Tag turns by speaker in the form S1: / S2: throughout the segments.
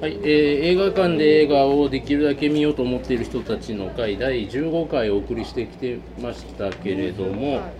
S1: はい、えー映画館で映画をできるだけ見ようと思っている人たちの会第15回お送りしてきてましたけれども、はい、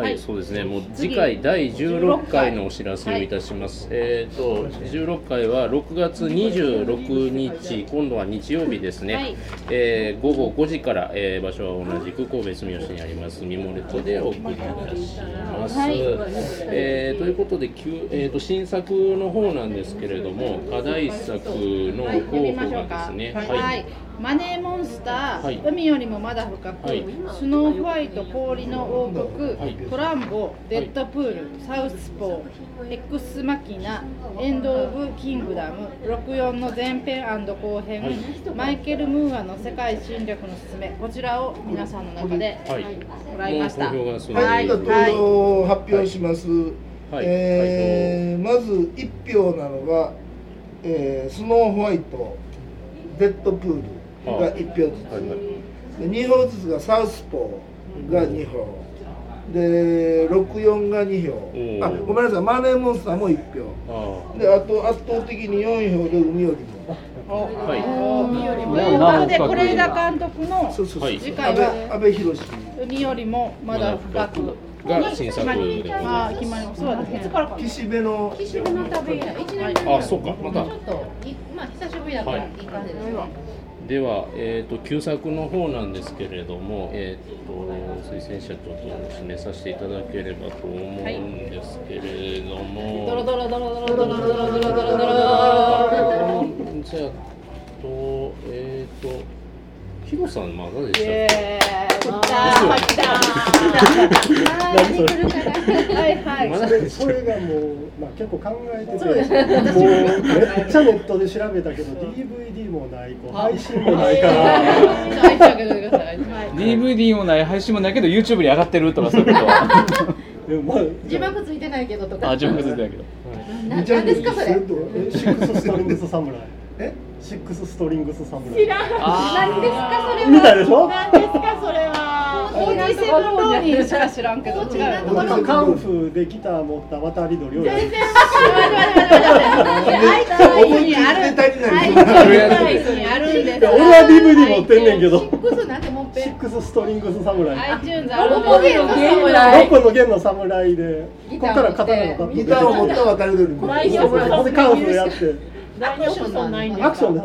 S2: はい
S1: そうですね。もう
S2: 次
S1: 次回第16回のお知らせをいたします。えっ、と16回は6月26日、今度は日曜日ですね。
S2: はい
S1: えー午後5時から、えー場所は同じく神戸住吉にありますミモレットでお送りいたします。
S2: はい
S1: えーということで、旧えー、と新作の方なんですけれども、課題作の
S2: はい、読
S1: 候
S2: み
S1: 補
S2: ましょう
S1: がで
S2: か。
S1: すね、
S2: はい、マネーモンスター、
S1: はい
S2: 海よりもまだ深く、
S1: はい
S2: スノーホワイト氷の王国、
S1: はい
S2: トランボ、デッドプール、サウスポー、エックスマキナ、エンド・オブ・キングダム、64の前編後編、
S1: はい
S2: マイケル・ムーアの世界侵略のすすめ、こちらを皆さんの中で
S1: はい
S2: もらいまし
S1: も
S2: た。
S1: う投票が済んで
S2: は、
S1: はいい
S3: じゃあ投
S2: はい
S3: 票を発表します、
S1: はい
S3: えーまず1票なのが、えースノーホワイトデッドプールが1票ずつ、
S1: はいはい
S3: で2票ずつがサウスポーが2票で64が2票あ
S1: おー
S3: ごめんなさいマネーモンスターも1票
S1: あー
S3: であと圧倒的に4票で海よりも
S1: はい
S2: 海よりもということで、是枝監督の
S3: そうそうそう、
S1: はい
S3: 安
S2: 次
S3: 倍
S2: 回は
S3: 安倍博士
S2: 海よりもまだ深く
S1: が新作でござい
S2: ま
S1: ま
S2: あ
S1: す。
S2: 決まります。そうだね。いつからかな。
S3: 岸辺の
S4: 岸辺の旅以来、一年ぶり
S1: あ、そうか、また
S4: ちょっとい、まあ、久しぶりだから、いい感じですね。
S1: では、えー、と旧作の方なんですけれども、えー、と推薦者ちょっとお示させていただければと思うんですけれども、
S2: ドロドロドロドロドロドロドロドロドロ
S1: じゃあとえっ、とヒロさんまだで
S2: イ
S1: し
S2: エーイ。来たー来た
S4: はい、来るから。
S2: ー。はいは
S1: た
S2: い。
S1: まだ
S5: それ
S1: で
S5: それがもう、まあ、結構考えてて
S4: そうですね
S5: もうめっちゃネットで調べたけど DVD もないこう配信もな
S2: え
S5: いから
S2: ーはい開けてくださいはい。
S6: DVD もない配信もないけど YouTube に上がってるとかそういうことは
S5: でもまあ
S4: 字幕ついてないけどとか。
S6: あ自分がついてたけど
S4: ななんですか、それ。
S5: えシックスストリングス侍
S3: え
S5: シックスストリングス侍
S4: 知らん。何ですか、それは。
S5: 見たでしょ
S4: 何ですか、それは。
S2: オーディセブンローニーしか知らんけど違う。
S5: このカンフーでギター持った渡り鳥をやる
S3: 思いっきりネタになりそう
S2: あるんです。
S5: 俺は DVD 持ってんねんけ
S4: シ
S5: ど
S4: ックスなんてもっ
S5: シ
S4: ぺ
S5: ックスストリングス侍
S2: iTunes ある
S4: ロコゲーの
S5: ロ
S4: 侍。
S5: ックの弦の侍で
S4: ギタ
S5: こ
S4: ー持って
S5: っから刀のバット
S3: ギターを持った渡り鳥も
S5: でここでカンフーやって
S4: アクションなんないん
S5: アクションで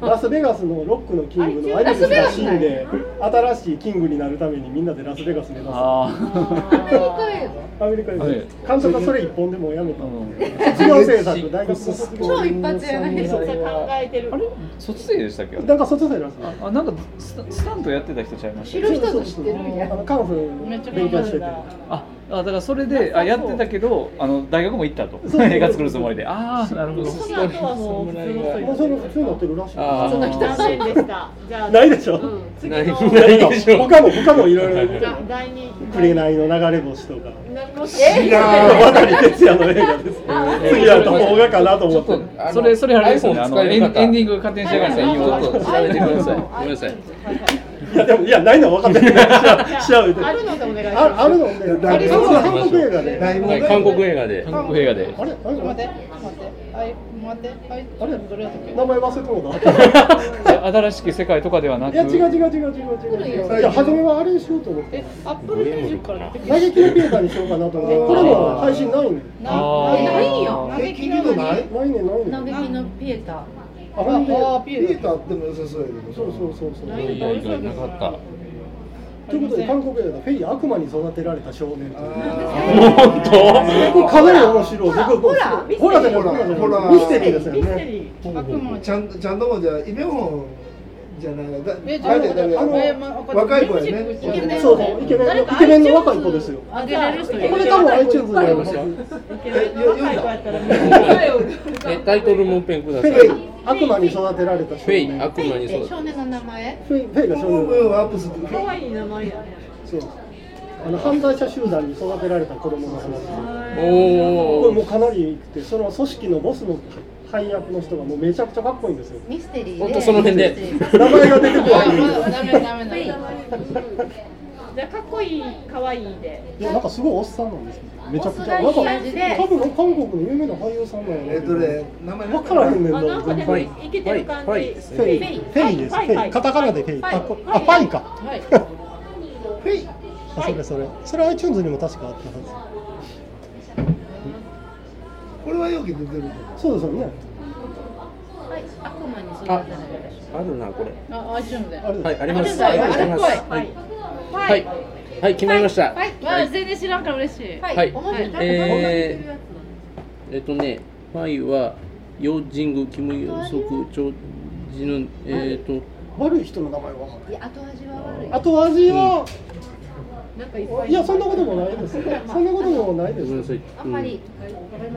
S5: ラスベガスのロックのキングのアリスが死んで新しいキングになるためにみんなでラスベガス目指すア
S6: あ
S4: アメリカへの
S5: メリカで
S6: はい
S5: 監督はそれ一本でもうやめ
S6: あ
S5: た卒業制作大学の卒業
S4: 超一発やなへそさ考えてる。
S6: 卒生でしたっけ
S5: なんか卒生なんですね
S6: あなんかスタスタントやってた人ちゃいまし
S4: 知る人ぞ知ってるん
S5: あ
S4: や。
S5: のカンフー勉強してて
S6: たああだからそれであやってたけどあの大学も行ったと
S5: そう
S6: 映画作るつもりでああなるほど
S7: その後はもう普通の人
S5: もうそれ普通になってるらしい
S6: あー
S7: 残念でした。じゃあ
S5: ないでしょ
S7: うん次
S1: ない
S7: の
S1: ないでしょ
S5: 他も他もいろいろ
S7: だ第二
S5: 紅の流れ星とか
S7: 何も
S3: いやー
S5: 渡り哲也の映画 です次やった方がかなと思って
S1: あの
S6: それそれあれですよね
S1: iPhone
S6: あの
S1: 使え
S6: エン
S1: る
S6: エ
S1: 方
S6: ンディング勝手にしてください
S1: ちょっと
S6: 今
S1: 調べてくださいごめんなさい
S5: いやでもいやないのは分かってるから調べて
S7: あるのでお願いし
S5: あ
S7: ま
S5: あるのねあれ韓国映画で
S3: だいぶ
S1: はい、韓国映画で
S6: 韓国映画 で
S5: あれあれ
S2: 待って待っ
S5: 待っ
S2: てはい待ってはい
S5: あれ
S2: どれやったっけ
S5: て名前忘れてもうた
S6: 新しき世界とかではないく
S5: や違う違う違う違う違ういや初めはあれにしようと思って
S2: え、アップルミュージックから出てき
S5: 嘆きのピエタにしようかなと思ってこれも配信ないね
S2: た。
S6: あー
S4: ないよ
S3: え聞いたことない
S5: ないねない
S4: 何
S5: ね
S4: 匹のピエタ。
S5: あほ
S2: あ
S5: んで
S2: あー、ピ
S3: ピ
S2: エ
S3: エ
S2: ロ。
S3: タっても良さそうやけど
S5: そうそうそうそう
S1: いやいやいやなか った
S5: ということで韓国映画「フェリー悪魔に育てられた少年」という
S1: 本
S5: これかなり面白い
S4: ほら
S5: 僕
S4: ほらミステリー
S5: ほらでもほ
S3: ほら
S5: らミステリーですよ
S7: す。ミステ
S5: ね
S7: リ
S1: 当
S2: 悪魔
S3: ちゃんちゃんともじゃあイベホンじゃないだ
S2: え
S3: あれだよ
S2: ちょっと待って
S3: あ
S2: あ
S3: の
S2: の
S3: 若い子や
S2: ミュー
S3: ね
S2: ジックイケメン
S5: そうそうイケメンのイケメンの若い子ですよ
S4: あげられる人
S5: これ多分 iTunes にありますよ
S7: ー。イケメンの若い子やったらもう
S1: えタイトルもっぺんくださ
S5: フ
S1: い
S5: ェイ悪魔に育てられた
S1: フ
S5: 少
S1: ェイ
S5: 年
S1: 悪魔にそう
S4: 少年の名前。
S5: フェイフェイが少
S3: 部
S5: 年
S3: 分をアップする
S7: 可愛い名前やね。
S5: そうあの犯罪者集団に育てられた子供の
S1: お
S5: 話これ
S1: お
S5: もうかなりいくてその組織のボスの配役の人がもうめちゃくちゃかっこいいんですよ
S4: ミステリーで。
S1: ほんとその辺で
S5: 名前が出てこない
S2: ダメダメダメ。
S7: じゃあかっこいい可愛いで
S5: いやなんかすごいおっさんなんですけどめちゃくちゃ
S4: お
S5: な
S4: っ
S5: んか
S4: さんな感じで
S5: 多分韓国の有名な俳優さんなんやね
S3: えどれ名前
S5: 分からへんねん
S7: あなんかで
S5: な
S7: も
S5: フ
S7: いけてる感じ
S1: ファイファイですね
S5: ェイ
S7: フェイ
S5: フェイですフ
S7: ファイファイ
S5: ェイカタカナでフェイ
S7: ファイ
S5: あこあファイか
S2: はい。
S3: フェイ
S5: あそれそれそれ iTunes にも確かあったは
S3: これはよく出てるけど
S5: ずそうですよね
S4: はい、悪魔に育てられる。
S1: あるなこれ。
S2: あ、あ、ちょっと待っ
S5: あれ
S1: はいあります。
S2: あ
S1: あり
S2: り
S1: が
S2: が
S1: と
S2: と
S1: う
S2: う
S1: ござ
S2: ござ
S1: い
S2: い
S1: ま。
S2: ますす
S1: はいはいはい決まりました。
S2: て。はい、わ全然知らんから嬉しい。
S4: はい、
S1: はい
S4: 思い出
S1: えーえっとね、ファイは、ヨージング、キム・ヨソク、チョ・ジヌン、えっと、
S5: 悪い人の名前は
S4: え後味は悪い。
S5: 後味は、
S7: なんかいっぱい
S5: いやそんなこともないですそんなこともない
S1: ご
S5: です
S1: めんなさい。
S4: あんまり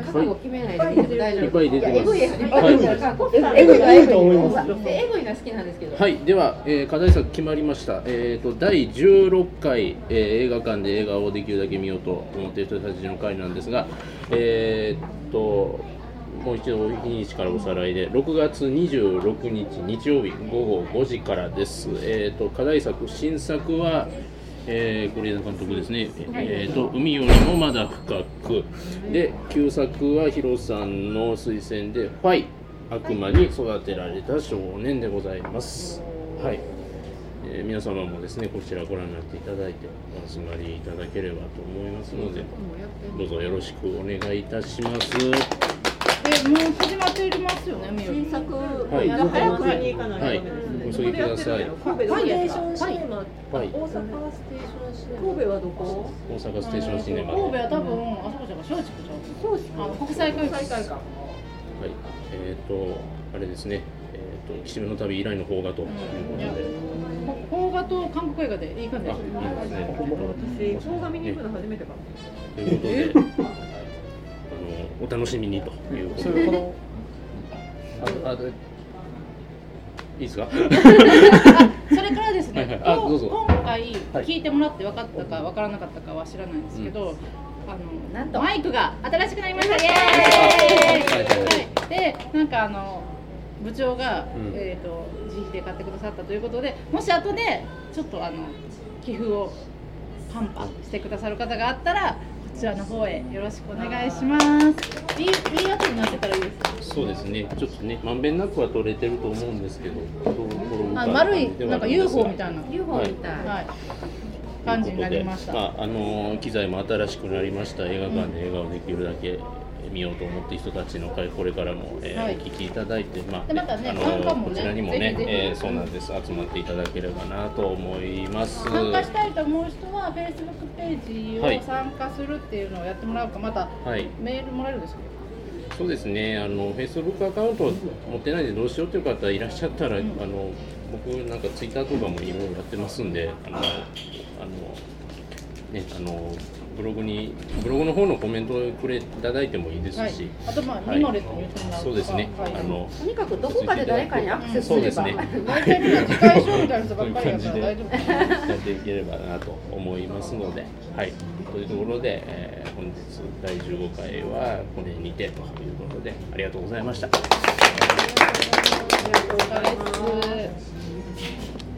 S4: 覚悟決めないで大丈夫。
S1: いっぱい出てます
S4: いやエグいエグいからコップさん
S5: エグいエグいと思います
S4: エグいのは好きなんですけど。
S1: はい、では、えー課題作決まりました。えっ、と、第16回、えー映画館で映画をできるだけ見ようと思っている人たちの会なんですが、えっと、もう一度日にちからおさらいで、6月26日日曜日午後5時からです。えっと、課題作、新作は、えー、是枝監督ですね、えー、と海よりもまだ深くで旧作はヒロさんの推薦で「ファイ悪魔に育てられた少年」でございますはい、えー皆様もですねこちらご覧になっていただいてお集まりいただければと思いますのでどうぞよろしくお願いいたします
S2: え、もう始まっていますよね、みより
S7: 新。作
S1: はい
S7: やっぱ早く見に行かないと
S1: はい
S7: ダメですね
S1: お急ぎください
S7: 神戸どこですか
S1: ファイ
S4: 大阪ステーションシネマ
S7: 神戸はどこ
S1: 大阪ステーションシネマ
S2: 神
S1: で、は
S2: 戸
S1: い
S2: は多分、あそこじゃんか、松竹ちゃう。あの国際会
S7: 国際
S2: 館
S7: 会。館
S1: えっ、とあれですねえっ、と岸辺の旅以来の邦画ということで、
S2: 邦画と韓国映画でいい感じ
S1: あ
S2: で
S1: い
S2: す。
S1: いですね
S7: 私動画見に行くの初めてかも
S1: ということで、あのお楽しみにということ
S6: そ
S1: で、
S6: れこのああで
S1: いいですか？
S2: それからですね、
S1: はいはいあ
S2: こう
S1: どうぞ
S2: 今回
S1: はい
S2: 聞いてもらって分かったか分からなかったかは知らないんですけど、あの
S4: なんと
S2: マイクが新しくなりました。イエーイ
S1: はいはいはい
S2: はいで、なんかあの部長が、
S1: うん
S2: えっ、と自費で買ってくださったということで、もし後でちょっとあの寄付をパンパンしてくださる方があったら。こちらの方へよろしくお願いします。いい、いい音になってたらいいです。
S1: そうですね。ちょっとね、まんべんなくは取れてると思うんですけど、どうどう
S2: あの、丸い、なんか UFO みたいな。
S4: UFO みたい。
S2: はい。感じになりました。
S1: ということでまああの機材も新しくなりました。映画館で映画をできるだけ見ようと思って人たちの会これからも、えー
S2: はい
S1: お聞きいただいて、まあ、
S2: でまたね
S1: あの
S2: 参加も
S1: こ
S2: ね
S1: ちらにもね、
S2: ぜひぜひ
S1: えーそうなんです。集まっていただければなと思います。
S2: 参加したいと思う人は、Facebook ペ
S1: は
S2: ー
S1: い
S2: ジを参加するっていうのをやってもらうか、また
S1: はい。
S2: メールもらえるんですか
S1: そうですね、あの Facebook アカウントを持ってないんでどうしようという方いらっしゃったら、
S2: うん
S1: あの僕なんか Twitter とかもいろいろやってますんで、あのあのねあのブログにブログの方のコメントをくれいただいてもいいですし、
S2: はい。あと、まあ、ミノレットも言ってもらう
S1: そ
S2: とか。
S1: うですね、
S2: はい
S1: あの
S4: とにかくどこかで誰かにアクセスす
S1: そう
S4: れ
S1: です
S4: ば。
S1: ね、
S2: 毎回みんな自戒書みたいな人ばっかりやから大丈夫。
S1: やっていければなと思いますので、はい、というところで、えー本日第15回はこれにてということでありがとうございました。
S2: お疲れ様です